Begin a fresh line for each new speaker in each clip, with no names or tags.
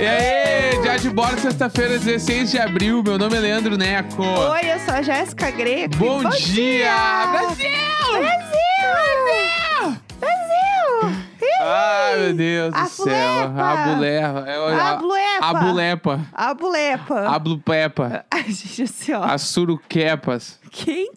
E aí, dia de bola, sexta-feira, 16 de abril. Meu nome é Leandro Neco.
Oi, eu sou a Jéssica Greco.
Bom,
E
dia, Brasil!
Brasil! Brasil!
Ai, meu Deus
A
do céu.
bulepa!
A bulepa. É, olha,
A bulepa!
A bulepa.
A bulepa.
A blupepa.
Ai, gente, assim, ó.
A suruquepas.
Quem?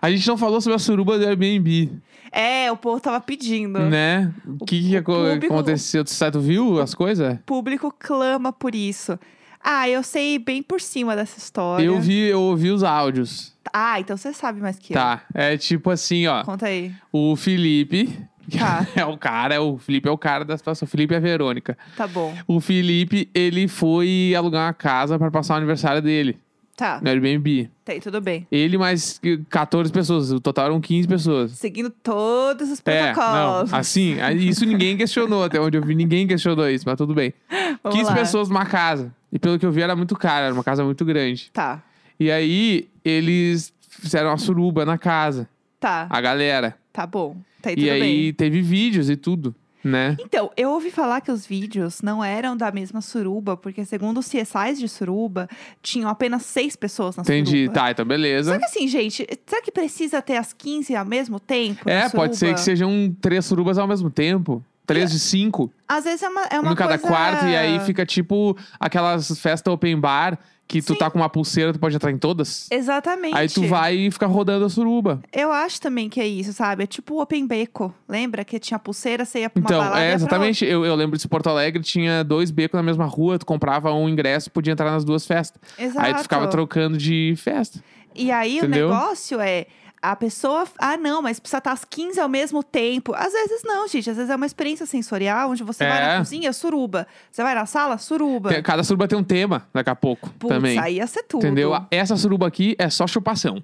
A gente não falou sobre a suruba do Airbnb,
É, o povo tava pedindo.
né? O que, que
o
aco-
público-
aconteceu? Tu, sabe, tu viu as coisas?
O público clama por isso. Ah, eu sei bem por cima dessa história.
Eu vi, eu ouvi os áudios.
Ah, então você sabe mais que
Tá. É tipo assim, ó.
eu. Conta aí.
O Felipe. que
Tá.
É o cara, o Felipe é o cara da situação. O Felipe é a Verônica.
Tá bom.
O Felipe, ele foi alugar uma casa pra passar o aniversário dele,
Tá,
no Airbnb.
tem, tudo bem.
Ele mais 14 pessoas, o total eram 15 pessoas.
Seguindo todos os
É, não,
protocolos.
assim, aí isso ninguém questionou, até onde eu vi, ninguém questionou isso, mas tudo bem.
Vamos
15
lá.
pessoas numa casa. E pelo que eu vi, era muito cara, era uma casa muito grande.
Tá,
E aí, eles fizeram uma suruba na casa,
tá,
a galera.
tá bom. Tá, aí, tudo
Ah. E aí,
bem.
teve vídeos e tudo, né?
Então, eu ouvi falar que os vídeos não eram da mesma suruba, porque segundo os CSIs de suruba, tinham apenas seis pessoas na
Entendi,
suruba.
tá, então beleza.
Só que assim, gente, será que precisa ter as 15 ao mesmo tempo? na
É, pode ser
suruba?
que sejam três surubas ao mesmo tempo. Três de cinco,
Às vezes é uma, é uma
um em cada
coisa...
quarto, e aí fica tipo aquelas festas open bar que tu
Sim.
tá com uma pulseira, tu pode entrar em todas.
Exatamente.
Aí tu vai e fica rodando a suruba.
Eu acho também que é isso, sabe? É tipo o Open Beco. Lembra que tinha pulseira, você ia pra uma
Então,
balada e
é
ia pra
exatamente. Eu, eu lembro de Porto Alegre, tinha dois becos na mesma rua, tu comprava um ingresso, podia entrar nas duas festas.
outra. Exato.
Aí tu ficava trocando de festa.
E aí
Entendeu?
o negócio é. A pessoa, ah não, mas precisa estar às 15 ao mesmo tempo. Às vezes não, gente. Às vezes é uma experiência sensorial, onde você vai
É.
na cozinha, suruba. Você vai na sala, suruba.
Tem- Cada suruba tem um tema daqui a pouco
Putz,
também.
aí ia ser tudo.
Entendeu? Essa suruba aqui é só chupação.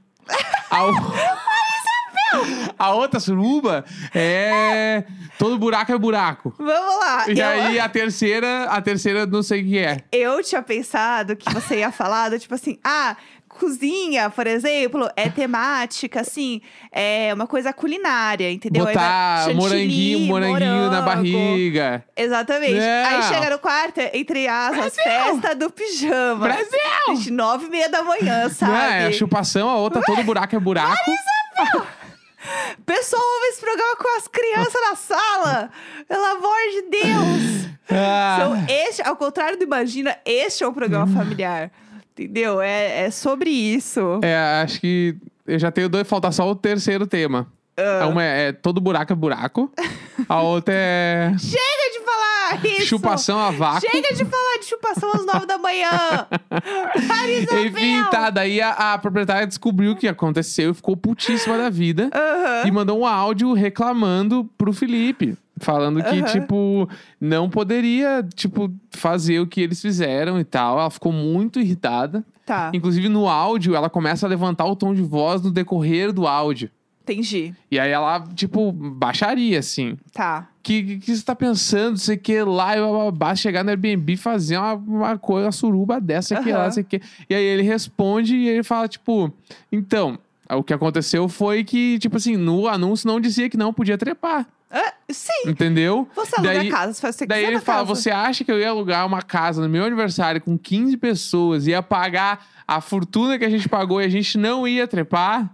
A, o- A outra suruba é. Todo buraco é buraco.
Vamos lá.
E
Ah, eu,
aí a terceira, a terceira não sei o que é.
eu tinha pensado que você ia falar, do tipo assim, ah, cozinha, por exemplo, é temática, assim, é uma coisa culinária, entendeu? Aí vai
Botar
chantilly,
moranguinho, moranguinho na
morango.
barriga.
Exatamente.
Não.
Aí chega no quarto, entre as, as festas do pijama.
Brasil!
Gente, nove e meia da manhã, sabe?
Não, é chupação, a outra, todo buraco é buraco.
Pessoal ouve esse programa com as crianças na sala. Pelo amor de Deus.
Ah, Uhum.
Então, este, ao contrário do Imagina, este é um programa familiar. Entendeu? É, é sobre isso.
é, acho que eu já tenho dois, falta só o terceiro tema.
Ah.
Uma é, é todo buraco é buraco. A outra é
Chega de falar isso.
chupação a vácuo.
Chega de falar de chupação às nove da manhã. Para, Isabel.
Enfim, tá. Daí a, a proprietária descobriu o que aconteceu e ficou putíssima da vida.
Aham.
E mandou um áudio reclamando pro Felipe. Falando que,
Aham.
tipo, não poderia, tipo, fazer o que eles fizeram e tal. Ela ficou muito irritada.
Tá,
Inclusive, no áudio, ela começa a levantar o tom de voz no decorrer do áudio.
entendi.
E aí ela, tipo, baixaria, assim.
Tá.
Que, que, que você tá pensando? Não sei o que lá, e bababá, chegar no Airbnb e fazer uma, uma coisa, uma suruba dessa aqui lá,
Aham.
não sei o que. E aí ele responde e ele fala, tipo, então, o que aconteceu foi que, tipo assim, no anúncio não dizia que não podia trepar.
Ah, sim.
Entendeu?
Você aluga
Daí-
a casa, você faz o que você
Daí
quiser
ele
na
fala:
casa.
Você acha que eu ia alugar uma casa no meu aniversário com 15 pessoas, ia pagar a fortuna que a gente pagou e a gente não ia trepar?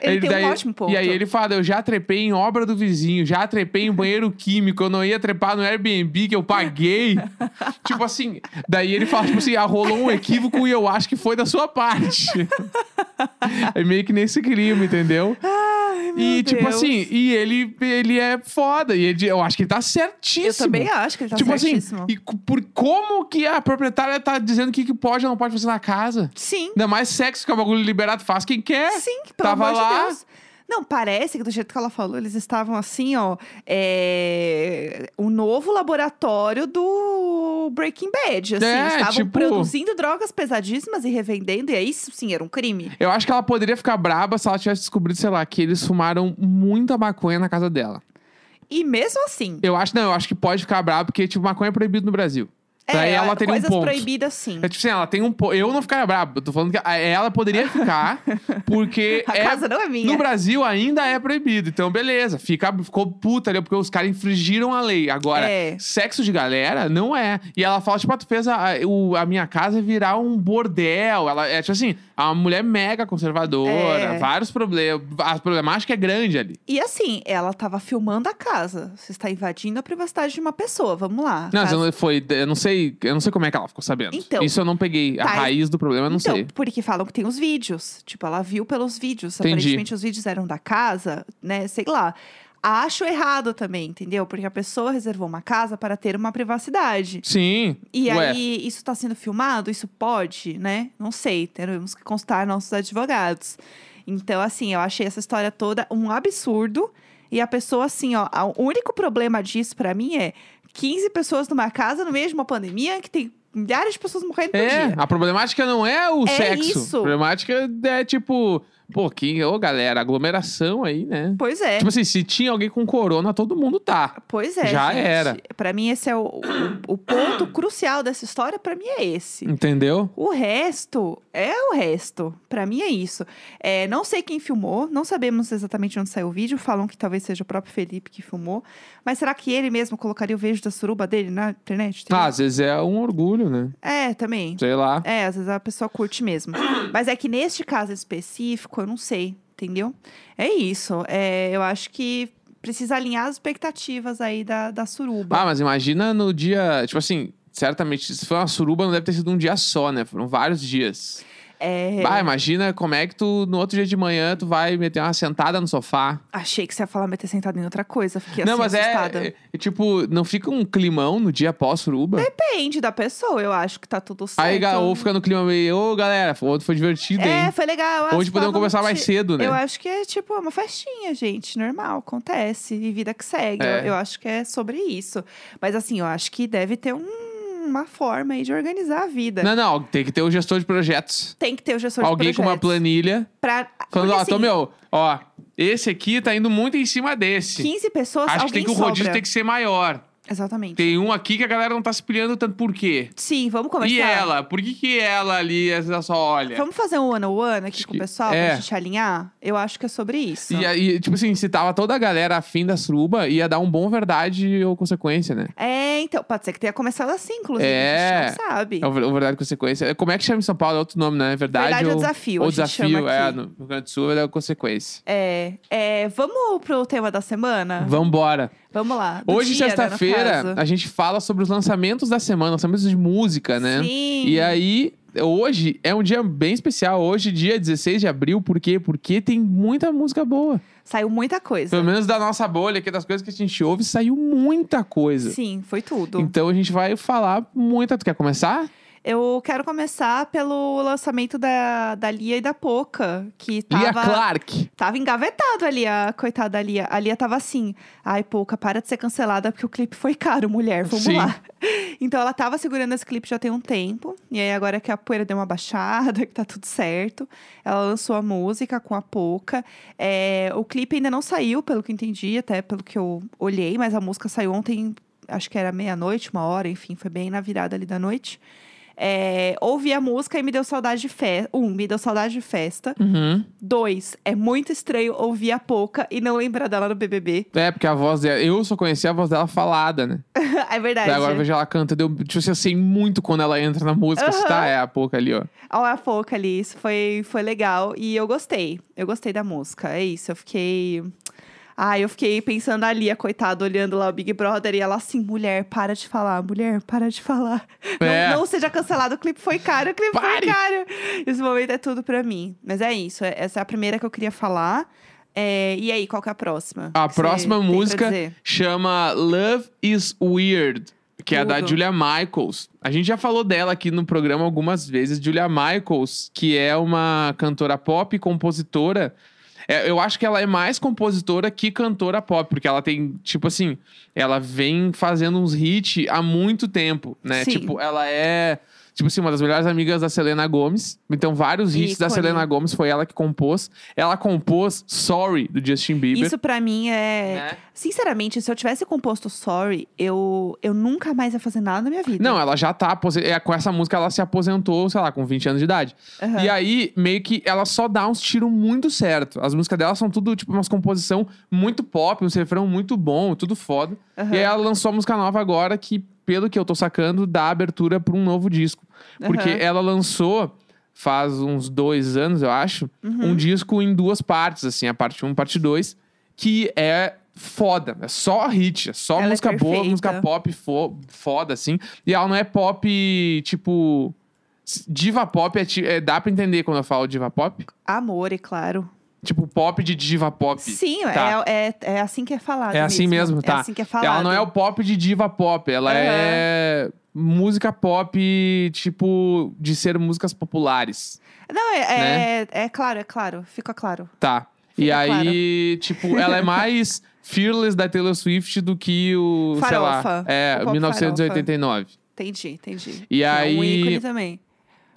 Ele tem um
daí-
ótimo ponto.
E aí ele fala: Eu já trepei em obra do vizinho, já trepei em banheiro químico, eu não ia trepar no Airbnb que eu paguei. tipo assim, daí ele fala: Tipo assim, ah, rolou um equívoco e eu acho que foi da sua parte. é meio que nesse crime, entendeu?
Ai, meu
e tipo
Deus.
assim, e ele, ele é foda, e ele- eu acho que ele tá certíssimo.
Eu também acho que ele tá
Tipo
certíssimo.
assim, e co- por como que a proprietária tá dizendo o que, que pode ou não pode fazer na casa?
Sim,
Ainda mais sexo, que é um bagulho liberado, faz quem quer.
sim, pelo
né? Tava
amor
lá.
de Deus. Não, parece que do jeito que ela falou, eles estavam assim, ó. É... O novo laboratório do Breaking Bad. Assim,
É,
eles estavam
tipo-
produzindo drogas pesadíssimas e revendendo, e aí isso sim era um crime.
Eu acho que ela poderia ficar braba se ela tivesse descobrido, sei lá, que eles fumaram muita maconha na casa dela.
E mesmo assim.
Eu acho, não, eu acho que pode ficar braba, porque, tipo, maconha é proibido no Brasil. Daí ela teria um
coisas
ponto.
proibidas, sim.
É tipo assim, ela tem um. po- Eu não ficaria brabo. Eu tô falando que a- ela poderia ficar, porque.
A
é-
casa não é minha.
No Brasil ainda é proibido. Então, beleza. Fica, ficou puta ali, porque os caras infringiram a lei. Agora,
É.
sexo de galera não é. E ela fala, tipo, ah, tu fez a, a- o- a minha casa virar um bordel. Ela é, tipo assim, é uma mulher mega conservadora,
É.
vários problemas. A problemática é grande ali.
E assim, ela tava filmando a casa. Você está invadindo a privacidade de uma pessoa. Vamos lá.
Não, mas
Casa-
eu não, foi, eu não sei, eu não sei como é que ela ficou sabendo.
Então.
Isso eu não peguei. A
Tá,
raiz do problema eu não
então,
sei.
porque falam que tem os vídeos. Tipo, ela viu pelos vídeos.
Entendi.
Aparentemente, os vídeos eram da casa, né? Sei lá. Acho errado também, entendeu? Porque a pessoa reservou uma casa para ter uma privacidade.
Sim.
E
Ué.
aí, isso está sendo filmado? Isso pode, né? Não sei. Teremos que constar nossos advogados. Então, assim, eu achei essa história toda um absurdo. E a pessoa, assim, ó, a- o único problema disso pra mim é 15 pessoas numa casa no meio de uma pandemia que tem milhares de pessoas morrendo por
É,
um dia.
a problemática não é o
É
sexo.
isso.
A problemática é tipo, pô, que, ô galera, aglomeração aí, né?
Pois é.
Tipo assim, se tinha alguém com corona, todo mundo tá.
Pois é.
Já
gente.
era.
Pra mim, esse é o, o- o ponto crucial dessa história, pra mim é esse.
Entendeu?
O resto é o resto. Pra mim é isso. É, não sei quem filmou, não sabemos exatamente onde saiu o vídeo. Falam que talvez seja o próprio Felipe que filmou. Mas será que ele mesmo colocaria o vejo da suruba dele na internet?
Ah, às vezes é um orgulho, né?
É, também.
Sei lá.
É, às vezes a pessoa curte mesmo. Mas é que neste caso específico, eu não sei, entendeu? É isso. É, eu acho que precisa alinhar as expectativas aí da, da suruba.
Ah, mas imagina no dia, tipo assim, certamente se foi uma suruba, não deve ter sido um dia só, né? Foram vários dias.
É,
Ah, imagina como é que tu, no outro dia de manhã, tu vai meter uma sentada no sofá.
Achei que você ia falar meter sentado em outra coisa. Fiquei
não,
assim,
mas
assustada.
é, é. Tipo, não fica um climão no dia pós-suruba?
É, Depende da pessoa, eu acho que tá tudo certo.
Aí ga- ou fica no clima meio, ô galera, ontem foi divertido,
É,
hein?
foi legal. eu
Hoje
acho,
podemos conversar mais
provavelmente-
cedo, né?
Eu acho que é tipo uma festinha, gente. Normal, acontece. E vida que segue.
É.
Eu, eu acho que é sobre isso. Mas assim, eu acho que deve ter um- uma forma aí de organizar a vida.
Não, não, tem que ter o gestor de projetos.
Tem que ter o gestor
Né? Alguém
de projetos.
com uma planilha,
Pra...
falando, ó,
porque,
tô
assim,
meu, ó, esse aqui tá indo muito em cima desse.
15 pessoas,
Acho que
alguém
tem que o
sobra.
rodízio tem que ser maior.
Exatamente.
Tem um aqui que a galera não tá se pilhando tanto, por quê?
Sim, vamos conversar.
E ela? Por que que ela ali, às vezes, ela só olha?
Vamos fazer um one-on-one aqui
Acho
com
que-
o pessoal
é.
pra gente alinhar? Eu acho que é sobre isso.
E aí, tipo assim, se tava toda a galera afim da suruba, ia dar um bom verdade ou consequência, né?
É, então, pode ser que tenha começado assim, inclusive.
É.
A gente não sabe.
É o ver- o verdade ou consequência. Como é que chama em São Paulo? É outro nome, né? Verdade,
Verdade ou
ou
desafio,
Ou
a gente
desafio,
chama
é.
aqui.
No Rio Grande do Sul, verdade ou consequência.
É, é, vamos pro tema da semana?
Vambora.
Vamos lá. Ah. do
Hoje,
dia, né, no
sexta-feira,
caso.
a gente fala sobre os lançamentos da semana, lançamentos de música, né?
Sim.
E aí, hoje é um dia bem especial. Hoje, dia 16 de abril, por quê? Porque tem muita música boa.
Saiu muita coisa.
Pelo menos da nossa bolha aqui, das coisas que a gente ouve, saiu muita coisa.
Sim, foi tudo.
Então a gente vai falar muita. Tu quer começar?
Eu quero começar pelo lançamento da, da Lia e da Poca, que tava,
Lia Clark.
tava engavetado ali, a coitada da Lia. A Lia tava assim, ai, Poca, para de ser cancelada porque o clipe foi caro, mulher, vamos
Sim.
lá. Então ela tava segurando esse clipe já tem um tempo, e aí agora que a poeira deu uma baixada, que tá tudo certo, ela lançou a música com a Poca. É, o clipe ainda não saiu, pelo que entendi, até pelo que eu olhei, mas a música saiu ontem, acho que era meia-noite, uma hora, enfim, foi bem na virada ali da noite. É, ouvi a música e me deu saudade de festa. Um, me deu saudade de festa.
Uhum.
Dois, é muito estranho ouvir a Poca e não lembrar dela no BBB.
É, porque a voz dela. Eu só conheci a voz dela falada, né?
é verdade.
Daí agora eu vejo ela canta. Deu, tipo assim, eu sei muito quando ela entra na música. se
Aham.
tá, é a pouco ali, ó.
Olha a Foca ali, isso foi, foi legal. E eu gostei, eu gostei da música, é isso. Eu fiquei... Ai, eu fiquei pensando ali, a coitada, olhando lá o Big Brother. E ela assim, mulher, para de falar, mulher, para de falar. Não-
É.
Não, seja cancelado, o clipe foi caro, o clipe
Pare!
foi caro. Esse momento é tudo pra mim. Mas é isso, é- essa é a primeira que eu queria falar. É, e aí, qual que é a próxima?
A
que você
próxima
tem pra
música
dizer?
chama Love is Weird, que é da
Tudo.
Julia Michaels. A gente já falou dela aqui no programa algumas vezes. Julia Michaels, que é uma cantora pop e compositora. É, eu acho que ela é mais compositora que cantora pop, porque ela tem, tipo assim, ela vem fazendo uns hits há muito tempo, né?
Sim.
Tipo, ela é. Tipo assim, uma das melhores amigas da Selena Gomes. Então, vários hits da
Ícone.
Selena Gomes foi ela que compôs. Ela compôs Sorry, do Justin Bieber.
Isso pra mim é.
né?
Sinceramente, se eu tivesse composto Sorry, eu, eu nunca mais ia fazer nada na minha vida.
Não, ela já tá apose- é, com essa música ela se aposentou, sei lá, com 20 anos de idade.
Aham.
E aí meio que ela só dá uns tiros muito certo. As músicas dela são tudo tipo umas composição muito pop, um refrão muito bom, tudo foda.
Aham.
E é- aí ela lançou uma música nova agora que, pelo que eu tô sacando, dá abertura pra um novo disco, porque
Aham.
ela lançou faz uns dois anos, eu acho,
Uhum.
um disco em duas partes, assim, a parte 1 e a parte 2, que é foda, é só hit, é só
Ela é
música boa,
perfeita.
música pop fo- foda, assim. E ela não é pop, tipo. s- Diva pop é, ti- é- Dá pra entender quando eu falo diva pop?
Amor, é claro.
Tipo, pop de diva pop.
Sim,
Tá.
é, é, é assim que é falado.
É assim mesmo, tá.
É assim que é falado.
Ela não é o pop de diva pop, ela
Aham.
é música pop, tipo, de ser músicas populares.
Não, é,
né?
é, é claro, é claro. Fica claro.
Tá. e
Fica
aí, tipo, ela é mais Fearless da Taylor Swift do que o, sei lá,
Farofa.
é,
O pop
1989.
Entendi, entendi.
E
é um
aí-
ícone também.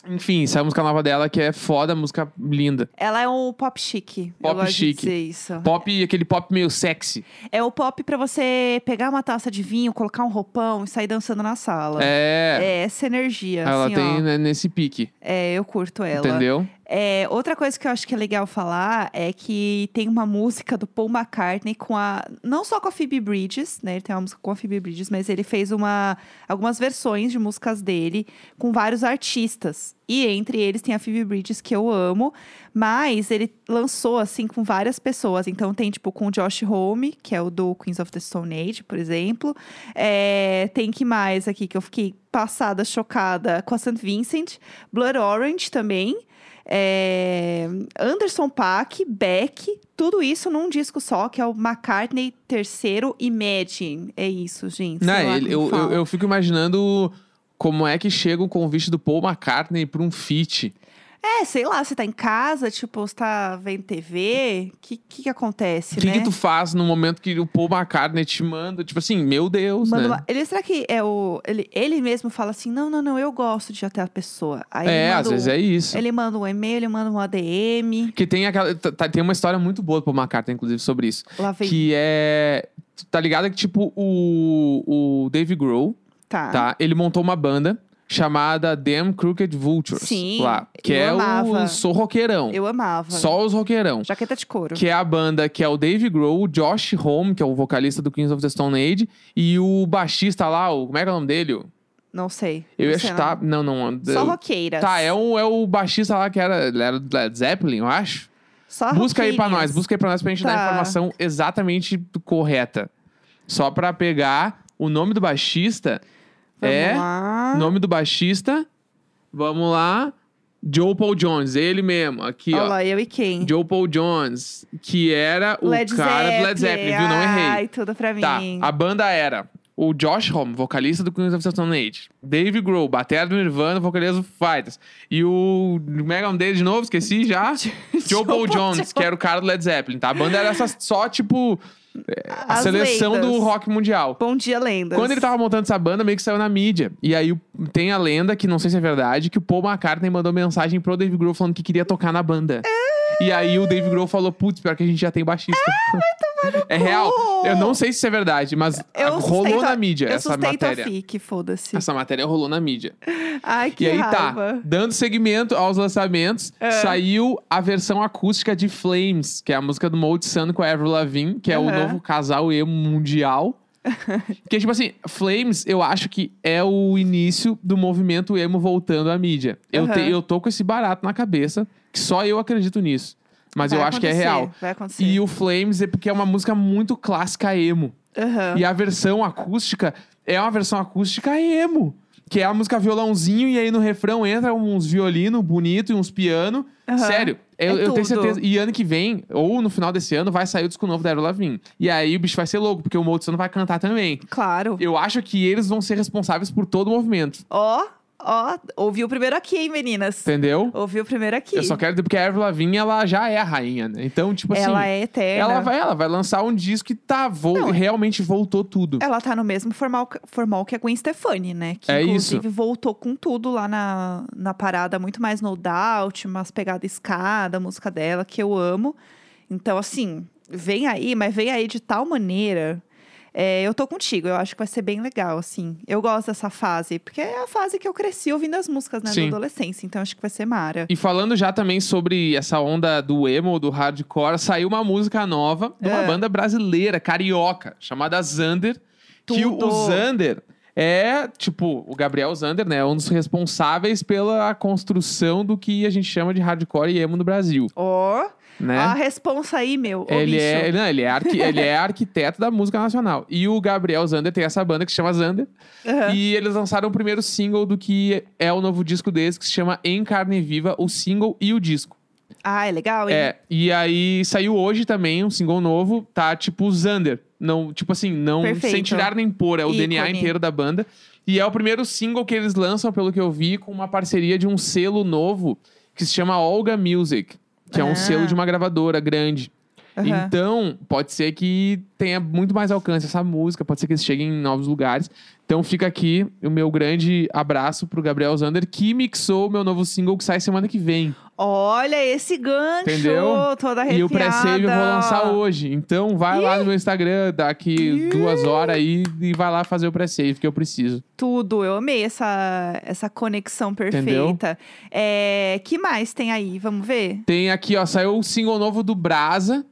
Enfim, essa é a música nova dela que é foda, música linda.
Ela é um pop chique. eu
Pop
gosto
chique.
De dizer isso.
Pop, aquele pop meio sexy.
É o pop pra você pegar uma taça de vinho, colocar um roupão e sair dançando na sala.
É.
É essa energia,
ela
assim,
tem
ó.
né, nesse pique,
É, eu curto ela.
entendeu?
É, outra coisa que eu acho que é legal falar é que tem uma música do Paul McCartney com a. Não só com a Phoebe Bridges, né? Ele tem uma música com a Phoebe Bridges, mas ele fez uma, algumas versões de músicas dele com vários artistas. E entre eles tem a Phoebe Bridges, que eu amo, mas ele lançou, assim, com várias pessoas. Então tem, tipo, com o Josh Home, que é o do Queens of the Stone Age, por exemplo. É, tem que mais aqui que eu fiquei passada, chocada com a St. Vincent, Blood Orange também. É, Anderson Paak, Beck, tudo isso num disco só, que é o McCartney terceiro Imagine. É isso, gente. sei
Não,
lá
ele-
como
eu, eu,
fala.
eu fico imaginando como é que chega o convite do Paul McCartney pra um feat.
É, sei lá, você tá em casa, tipo, você tá vendo TV, o que, que que
O
acontece,
que,
né?
que tu faz no momento que o Paul McCartney te manda? Tipo assim, meu Deus,
Manda
né?
uma- Ele, será que é o... Ele, ele mesmo fala assim, não, não, não, eu gosto de ir até a pessoa. Aí ele
É,
manda
às vezes
um-
é isso.
Ele manda um e-mail, ele manda um ADM,
Que tem aquela. tá- tá- tem uma história muito boa do Paul McCartney, inclusive, sobre isso.
lá vem...
Que é. Tá ligado que, tipo, o, o Dave Grohl,
Tá.
tá? Ele montou uma banda chamada Damn Crooked Vultures.
Sim,
Lá, que
eu
é o
amava.
Sou Roqueirão.
Eu amava.
Só os roqueirão.
Jaqueta de couro.
Que é a banda que é o Dave Grohl, o Josh Home, que é o vocalista do Queens of the Stone Age, e o baixista lá, o, como é que é o nome dele?
Não sei.
Eu
não
ia
sei
chutar. Não, não.
não. Só roqueiras.
Tá, é o, é o baixista lá que era, ele era do Led Zeppelin, eu acho.
Só
busca aí pra
roqueirinhas.
nós, busca aí pra nós pra gente dar a
Tá.
informação exatamente correta. Só pra pegar o nome do baixista.
Vamos
é.
lá.
Nome do baixista. Vamos lá. Joe Paul Jones, ele mesmo, aqui,
Olha
ó.
lá, eu e quem?
Joe Paul Jones, que era o
Led
cara
Zeppelin.
do Led Zeppelin, viu? Não errei.
Ai, tudo pra mim.
Tá, a banda era o Josh Homme, vocalista do Queens of the Stone Age, Dave Grohl, batera do Nirvana, vocalista do Fighters, e o Megan Day de novo, esqueci já, Joe Paul Jones, que era o cara do Led Zeppelin, tá? A banda era essa só, tipo, é, a
As
seleção do
lendas.
rock mundial.
Bom dia, lendas.
Quando ele tava montando essa banda, meio que saiu na mídia. E aí o- tem a lenda, que não sei se é verdade, que o Paul McCartney mandou mensagem pro Dave Grohl falando que queria tocar na banda. E aí o Dave Grohl falou, putz, pior que a gente já tem baixista. é real. Eu não sei se isso é verdade, mas
Eu
rolou
sustento a-
na mídia
eu
essa
sustento
matéria.
a FIC, foda-se.
Essa matéria rolou na mídia.
Ai, que
e aí tá,
raiva. É.
dando seguimento aos lançamentos, saiu a versão acústica de Flames, que é a música do Mold Sun com a Avril Lavigne, que é o
Aham.
novo casal emo mundial. Porque, tipo assim, Flames, eu acho que é o início do movimento emo voltando à mídia. Eu, te-
Aham.
eu tô com esse barato na cabeça, que só eu acredito nisso. Mas
Vai
eu acho que é
acontecer,
real.
Vai acontecer.
E o Flames é porque é uma música muito clássica emo.
Aham.
E a versão acústica é uma versão acústica emo. Que é a música violãozinho, e aí no refrão entra uns violino bonito e uns piano.
Aham.
Sério, eu,
É
eu tenho
tudo.
certeza. E ano que vem, ou no final desse ano, vai sair o disco novo da Avril Lavigne. E aí o bicho vai ser louco, porque o Moldson vai cantar também.
Claro.
Eu acho que eles vão ser responsáveis por todo o movimento.
Ó, Ó, ouviu primeiro aqui, hein, meninas?
Entendeu?
Ouviu primeiro aqui.
Eu só quero dizer, porque a Avril Lavigne, ela já é a rainha, né? Então, tipo assim...
Ela é eterna.
Ela vai, ela vai lançar um disco que tá, vo
Não, é-
realmente voltou tudo.
Ela tá no mesmo formal, formal que a Gwen Stefani, né? Que
É isso.
inclusive voltou com tudo lá na, na parada, muito mais no doubt, umas pegadas escada, a música dela, que eu amo. Então, assim, vem aí, mas vem aí de tal maneira. É, eu tô contigo, eu acho que vai ser bem legal, assim. Eu gosto dessa fase, porque é a fase que eu cresci ouvindo as músicas, né?
Sim.
Da adolescência, então acho que vai ser mara.
E falando já também sobre essa onda do emo, do hardcore, saiu uma música nova de uma
É.
banda brasileira, carioca, chamada Zander. Que o- o
Tudo.
Zander é, tipo, o Gabriel Zander, né? é Um dos responsáveis pela construção do que a gente chama de hardcore e emo no Brasil,
Ó,
né?
a responsa aí, meu. Ô,
ele,
bicho.
é, ele- não, ele, é arqui- ele é arquiteto da música nacional. E o Gabriel Zander tem essa banda que se chama Zander.
Aham.
E eles lançaram o primeiro single do que é o novo disco deles, que se chama Em Carne Viva, o single e o disco.
Ah, é legal, hein?
É, e aí saiu hoje também um single novo, tá tipo Xander. Não, tipo assim, não
Perfeito.
sem tirar nem pôr, é o
Ícone.
DNA inteiro da banda. E é o primeiro single que eles lançam, pelo que eu vi, com uma parceria de um selo novo que se chama Olga Music, que é um
Ah.
selo de uma gravadora grande.
Aham.
Então, pode ser que tenha muito mais alcance essa música, pode ser que eles cheguem em novos lugares. Então fica aqui o meu grande abraço pro Gabriel Zander, que mixou o meu novo single que sai semana que vem.
Olha esse gancho!
Entendeu?
Toda arrepiada.
E o pré-save eu vou lançar hoje. Então vai lá no meu Instagram daqui duas horas aí e vai lá fazer o pré-save que eu preciso.
Tudo, eu amei essa, essa conexão
Entendeu?
perfeita. É, que mais tem aí? Vamos ver?
Tem aqui, ó, saiu o single novo do Brasa.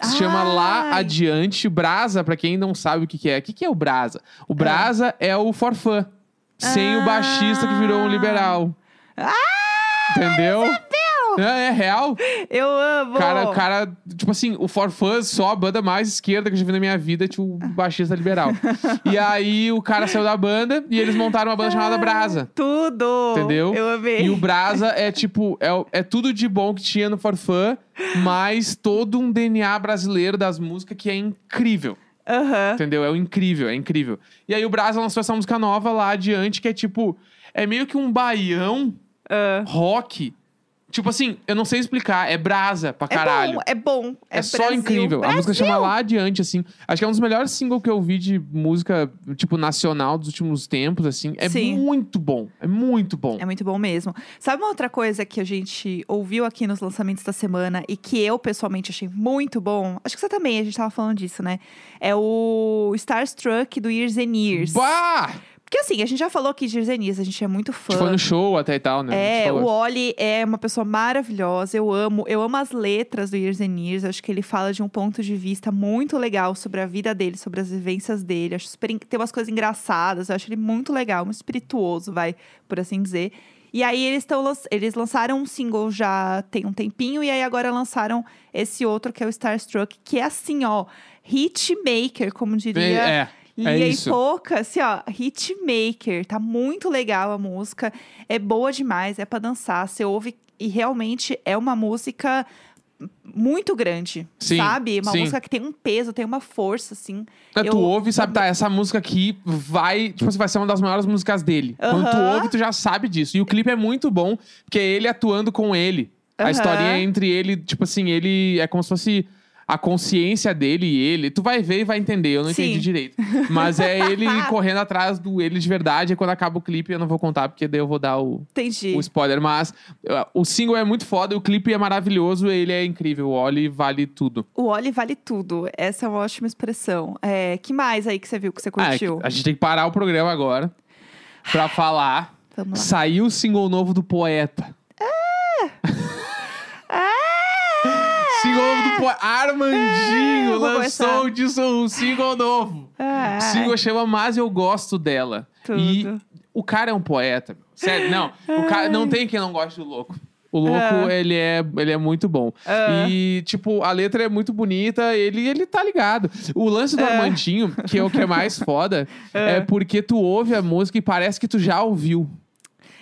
que Se chama Lá
Ai.
Adiante. Brasa, pra quem não sabe o que, que é. O que, que é o Brasa? O Brasa é, o forfã. Sem o baixista que virou um liberal. Entendeu? É, é real.
Eu amo!
Cara, cara, tipo assim, o For Fun só a banda mais esquerda que eu já vi na minha vida, tipo,
Ah.
o baixista liberal. e aí o cara saiu da banda e eles montaram uma banda chamada Brasa.
Tudo!
Entendeu?
Eu amei.
E o Brasa é tipo, é, o- é tudo de bom que tinha no For Fun, mas todo um DNA brasileiro das músicas que é incrível.
Aham.
Entendeu? É o incrível, é incrível. E aí o Brasa lançou essa música nova lá adiante, que é tipo. É meio que um baião
Ah.
rock. Tipo assim, eu não sei explicar, é brasa pra
É
caralho.
bom, é bom.
É,
É,
só
Brasil.
incrível. A
Brasil.
música chama Lá Adiante, assim. Acho que é um dos melhores singles que eu vi de música, tipo, nacional dos últimos tempos, assim. É
Sim.
muito bom. É muito bom.
É muito bom mesmo. Sabe uma outra coisa que a gente ouviu aqui nos lançamentos da semana e que eu pessoalmente achei muito bom? Acho que você também, a gente tava falando disso, né? É o Starstruck do Years and Years.
Bah! A
Porque assim, a gente já falou aqui de Years and Years, a gente é muito fã.
gente foi no show até e tal, né? A gente
É,
falou.
o Oli é uma pessoa maravilhosa, eu amo, eu amo as letras do Years and Years, acho que ele fala de um ponto de vista muito legal sobre a vida dele, sobre as vivências dele, acho super, en- tem umas coisas engraçadas, eu acho ele muito legal, muito espirituoso, vai, por assim dizer. E aí eles estão eles lançaram um single já tem um tempinho e aí agora lançaram esse outro que é o Starstruck, que é assim, ó, hitmaker, como
É,
diria
é.
Lia
isso.
e pouca, assim, ó, hitmaker. Tá muito legal a música. É boa demais, é pra dançar. Você ouve e realmente é uma música muito grande,
Sim,
sabe? Uma
sim.
música que tem um peso, tem uma força, assim.
Tu
eu-
ouve e sabe, tá, essa música aqui vai, tipo, assim, vai ser uma das maiores músicas dele. Quando tu
Aham.
ouve, tu já sabe disso. E o clipe é muito bom, porque é ele atuando com ele. A
Aham.
historinha entre ele, tipo assim, ele é como se fosse a consciência dele e ele. Tu vai ver e vai entender, eu não
Sim.
entendi direito. Mas é ele correndo atrás do ele de verdade. E quando acaba o clipe, eu não vou contar, porque daí eu vou dar o,
Entendi.
o spoiler. Mas uh, o single é muito foda, o clipe é maravilhoso, ele é incrível. Olha e vale tudo.
O Oli vale tudo. Essa é uma ótima expressão. É, que mais aí que você viu que
Ah,
você
é que
curtiu? Ah.
a gente tem que parar o programa agora pra falar.
Vamos lá.
Saiu o single novo do poeta.
Ah!
Single novo do poeta. Armandinho
É. eu vou
lançou
começar.
o disco- um single novo.
Ah,
O single chama Mas Eu Gosto Dela.
Tudo.
E o cara é um poeta. meu. Sério, não. O cara não tem quem não goste do louco. O louco, ele, é, ele é muito bom.
Ah.
E, tipo, a letra é muito bonita, ele, ele tá ligado. O lance
Ah.
do Armandinho, que é o que é mais foda, é porque tu ouve a música e parece que tu já ouviu.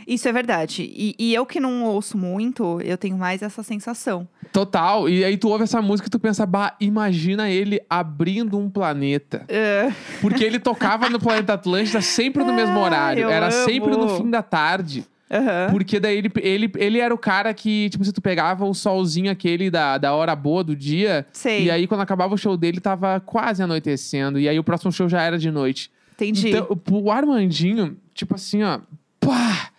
Isso é verdade. E, e eu que não ouço muito, eu tenho mais essa sensação.
Total. E aí tu ouve essa música e tu pensa, bah, imagina ele abrindo um planeta.
É.
Porque ele tocava no planeta Atlântida sempre no mesmo
Ah,
horário.
eu
Era
amo.
sempre no fim da tarde.
Aham.
Porque daí ele, ele, ele era o cara que, tipo, se tu pegava o solzinho aquele da, da hora boa do dia.
Sei.
E aí, quando acabava o show dele, tava quase anoitecendo. E aí o próximo show já era de noite.
Entendi.
Então, o Armandinho, tipo assim, ó. Pá,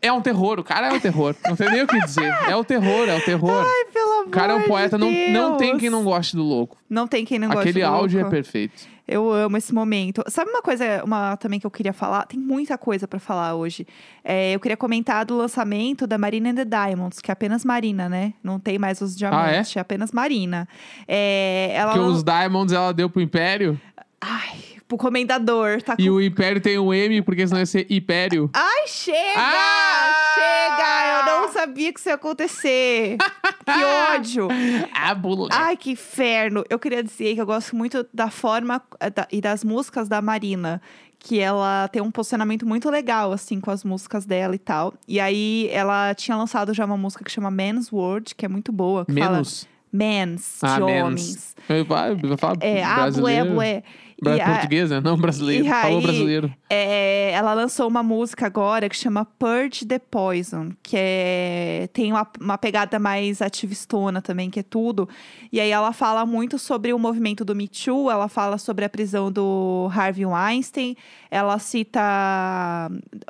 é um terror, o cara é um terror. Não tem nem o que dizer. É o terror, é o terror.
Ai, pelo amor
o cara é um
de
poeta, não, não tem
Deus.
quem não goste do louco.
Não tem quem não goste
Aquele
do
áudio
louco.
é perfeito.
Eu amo esse momento. Sabe uma coisa, uma também que eu queria falar? Tem muita coisa pra falar hoje. É, eu queria comentar do lançamento da Marina and the Diamonds, que é apenas Marina, né? Não tem mais
Ah,
os diamantes, é? apenas Marina. É, ela
Porque
lan-
os Diamonds ela deu pro Império.
Ai, pro comendador, tá com...
E o Império tem um M, porque senão ia ser Império.
Ai, chega!
Ah!
Chega! Eu não sabia que isso ia acontecer. que ódio!
Ah, moleque.
Ai, que inferno! Eu queria dizer que eu gosto muito da forma eh, da- e das músicas da Marina. Que ela tem um posicionamento muito legal, assim, com as músicas dela e tal. E aí, ela tinha lançado já uma música que chama Man's World, que é muito boa. Que fala
Menos.
Mans,
Ah,
de
menos.
homens.
Eu falo, eu falo
É, ah, blé,
brasileiro. é
blé.
Bra-
E a-
Portuguesa, não brasileiro.
e aí-
Falou brasileiro.
é, ela lançou uma música agora que chama Purge the Poison, que é, tem uma, uma pegada mais ativistona também, que é tudo. E aí ela fala muito sobre o movimento do Me Too, ela fala sobre a prisão do Harvey Weinstein, ela cita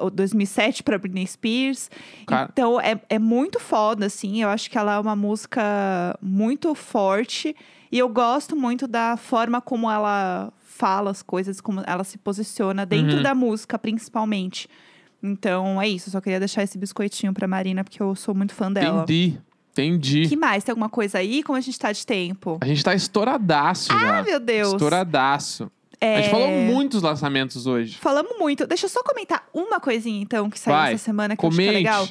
o 2007 para Britney Spears.
Cara.
Então é, é muito foda, assim. Eu acho que ela é uma música muito forte. E eu gosto muito da forma como ela fala as coisas, como ela se posiciona dentro
Uhum.
da música, principalmente. Então é isso. Eu só queria deixar esse biscoitinho pra Marina, porque eu sou muito fã dela.
Entendi. Entendi.
Que mais? Tem alguma coisa aí? Como a gente tá de tempo?
A gente tá estouradaço
Ah,
já.
meu Deus!
Estouradaço. A gente
É,
falou muitos lançamentos hoje.
Falamos muito. Deixa eu só comentar uma coisinha, então, que saiu
Vai,
essa semana que eu
Comente.
achei que é legal.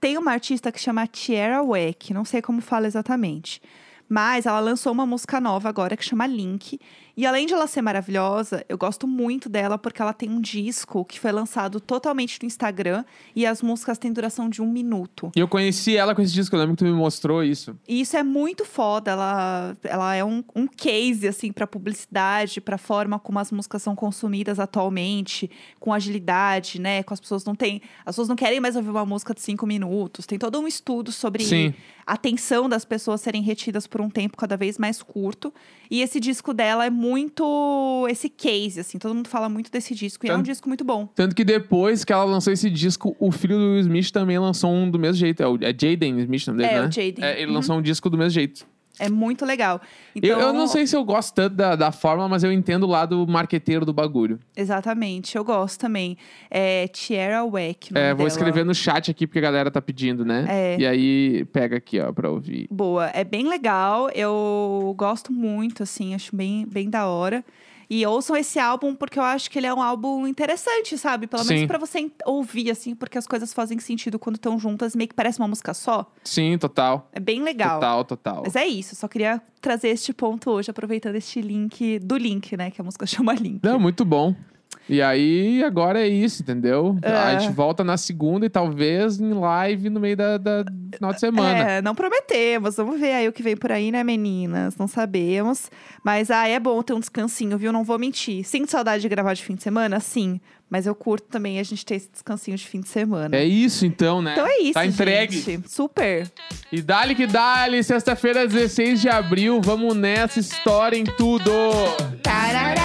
Tem uma artista que chama Tierra Weck, não sei como fala exatamente. Mas ela lançou uma música nova agora que chama Link. E além de ela ser maravilhosa, eu gosto muito dela porque ela tem um disco que foi lançado totalmente no Instagram e as músicas têm duração de um minuto.
E eu conheci ela com esse disco, eu lembro que tu me mostrou isso.
E isso é muito foda. Ela, ela é um, um case, assim, pra publicidade, pra forma como as músicas são consumidas atualmente, com agilidade, né? Com as pessoas não têm. As pessoas não querem mais ouvir uma música de cinco minutos. Tem todo um estudo sobre
Sim.
a atenção das pessoas serem retidas por um tempo cada vez mais curto. E esse disco dela é muito esse case, assim. Todo mundo fala muito desse disco. E é um
Tanto-
disco muito bom.
Tanto que depois que ela lançou esse disco, o filho do Will Smith também lançou um do mesmo jeito. É, o, é Jaden Smith, o nome dele,
É,
né?
o Jaden.
É, ele lançou um disco do mesmo jeito.
É muito legal.
Eu-
Então,
eu, não sei se eu gosto tanto da, da forma, mas eu entendo o lado marqueteiro do bagulho.
Exatamente, eu gosto também. É Tierra Weck. o nome
É, vou
dela.
escrever no chat aqui porque a galera tá pedindo, né?
É.
E aí pega aqui, ó, pra ouvir.
Boa, é bem legal, eu gosto muito, assim, acho bem, bem da hora. E ouçam esse álbum porque eu acho que ele é um álbum interessante, sabe? Pelo menos
Sim.
pra você en- ouvir, assim, porque as coisas fazem sentido quando estão juntas, meio que parece uma música só.
Sim, total.
É bem legal.
Total, total.
Mas é isso, só queria trazer este ponto hoje, aproveitando este link do link, né? Que a música chama Link.
Não, muito bom. E aí, agora é isso, entendeu?
É.
A gente volta na segunda e talvez em live no meio da, da do final de semana.
É, não prometemos. Vamos ver aí o que vem por aí, né, meninas? Não sabemos. Mas ah, é bom ter um descansinho, viu? Não vou mentir. Sinto saudade de gravar de fim de semana? Sim. Mas eu curto também a gente ter esse descansinho de fim de semana.
É, isso então, né?
Então é isso,
Tá entregue.
gente. Super.
E dale que dale, sexta-feira, 16 de abril. Vamos nessa história em tudo.
Tarará!